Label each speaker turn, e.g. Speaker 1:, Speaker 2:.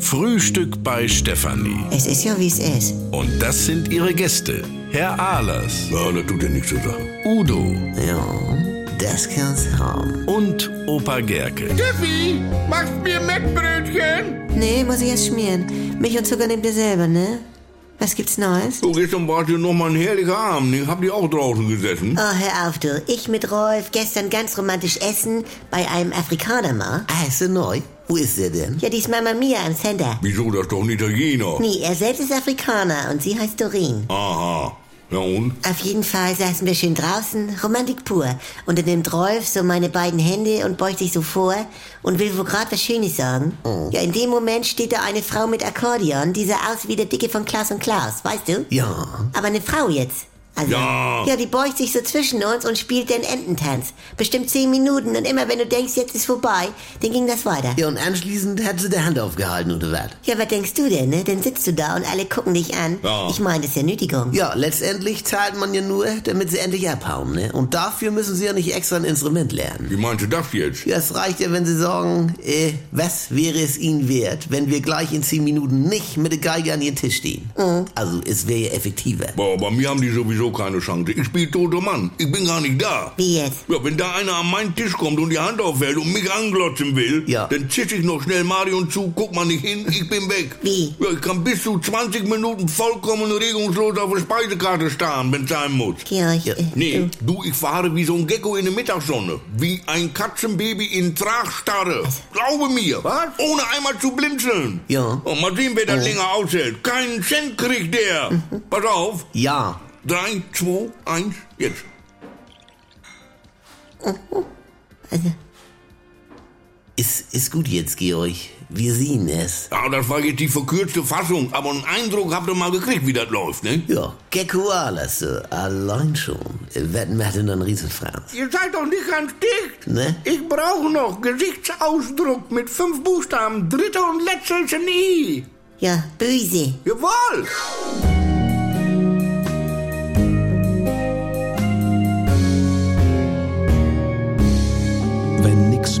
Speaker 1: Frühstück bei Stefanie.
Speaker 2: Es ist ja, wie es ist.
Speaker 1: Und das sind ihre Gäste. Herr Ahlers,
Speaker 3: Ja, das tut ja nichts zur Sache.
Speaker 1: Udo
Speaker 2: Ja, das kann's haben.
Speaker 1: und Opa Gerke.
Speaker 4: Steffi, machst mir Mettbrötchen?
Speaker 2: Nee, muss ich erst schmieren. Milch und Zucker nehmt ihr selber, ne? Was gibt's Neues?
Speaker 3: So, gestern war es ja nochmal ein herrlicher Abend. Ich hab die auch draußen gesessen.
Speaker 2: Oh, hör auf, du. Ich mit Rolf gestern ganz romantisch essen bei einem Afrikaner mal.
Speaker 5: Ah, ist er neu? Wo ist er denn?
Speaker 2: Ja, die ist Mama Mia im Center.
Speaker 3: Wieso, das ist doch ein Italiener.
Speaker 2: Nee, er selbst ist Afrikaner und sie heißt Doreen.
Speaker 3: Aha. Ja und?
Speaker 2: Auf jeden Fall saßen wir schön draußen, Romantik pur. Und dann nimmt Rolf so meine beiden Hände und beugt sich so vor und will wohl gerade was Schönes sagen. Ja, in dem Moment steht da eine Frau mit Akkordeon, die sah aus wie der Dicke von Klaus und Klaus, weißt du?
Speaker 5: Ja.
Speaker 2: Aber eine Frau jetzt. Also,
Speaker 3: Ja.
Speaker 2: ja, die beugt sich so zwischen uns und spielt den Ententanz. Bestimmt zehn Minuten und immer wenn du denkst, jetzt ist vorbei, dann ging das weiter.
Speaker 5: Ja, und anschließend hat sie der Hand aufgehalten oder was?
Speaker 2: Ja, was denkst du denn, ne? Dann sitzt du da und alle gucken dich an.
Speaker 3: Ja.
Speaker 2: Ich meine, das ist ja Nötigung.
Speaker 5: Ja, letztendlich zahlt man ja nur, damit sie endlich abhauen, ne? Und dafür müssen sie ja nicht extra ein Instrument lernen.
Speaker 3: Wie meinst du das jetzt?
Speaker 5: Ja, es reicht ja, wenn sie sagen, äh, was wäre es ihnen wert, wenn wir gleich in zehn Minuten nicht mit der Geige an ihren Tisch stehen? Also, es wäre ja effektiver.
Speaker 3: Boah, bei mir haben die sowieso keine Chance. Ich spiel toter Mann. Ich bin gar nicht da.
Speaker 2: Wie jetzt?
Speaker 3: Ja, wenn da einer an meinen Tisch kommt und die Hand aufhält und mich anglotzen will,
Speaker 5: Ja.
Speaker 3: dann zisch ich noch schnell Marion zu, guck mal nicht hin, ich bin weg.
Speaker 2: Wie?
Speaker 3: Ja, ich kann bis zu 20 Minuten vollkommen regungslos auf der Speisekarte starren, wenn's sein muss.
Speaker 2: Georg, äh,
Speaker 3: Nee,
Speaker 2: du.
Speaker 3: du, ich fahre wie so ein Gecko in der Mittagssonne. Wie ein Katzenbaby in Trachstarre. Glaube mir. Was? Ohne einmal zu blinzeln.
Speaker 5: Ja.
Speaker 3: Und mal sehen, wer das länger aushält. Keinen Cent kriegt der. Pass auf.
Speaker 5: Ja,
Speaker 3: Drei, zwei, eins, jetzt.
Speaker 2: Also,
Speaker 5: ist, ist gut jetzt, Georg. Wir sehen es.
Speaker 3: Ja, das war jetzt die verkürzte Fassung, aber einen Eindruck habt ihr mal gekriegt, wie das läuft, ne?
Speaker 5: Ja, Gecko alles, äh, allein schon. Äh, Wetten, wir hatten einen Riesenfranz,
Speaker 3: Ihr seid doch nicht ganz dicht.
Speaker 5: ne?
Speaker 3: Ich brauche noch Gesichtsausdruck mit fünf Buchstaben, dritter und letzter ist ein I.
Speaker 2: ja, böse.
Speaker 3: Jawohl!
Speaker 6: Wenn nix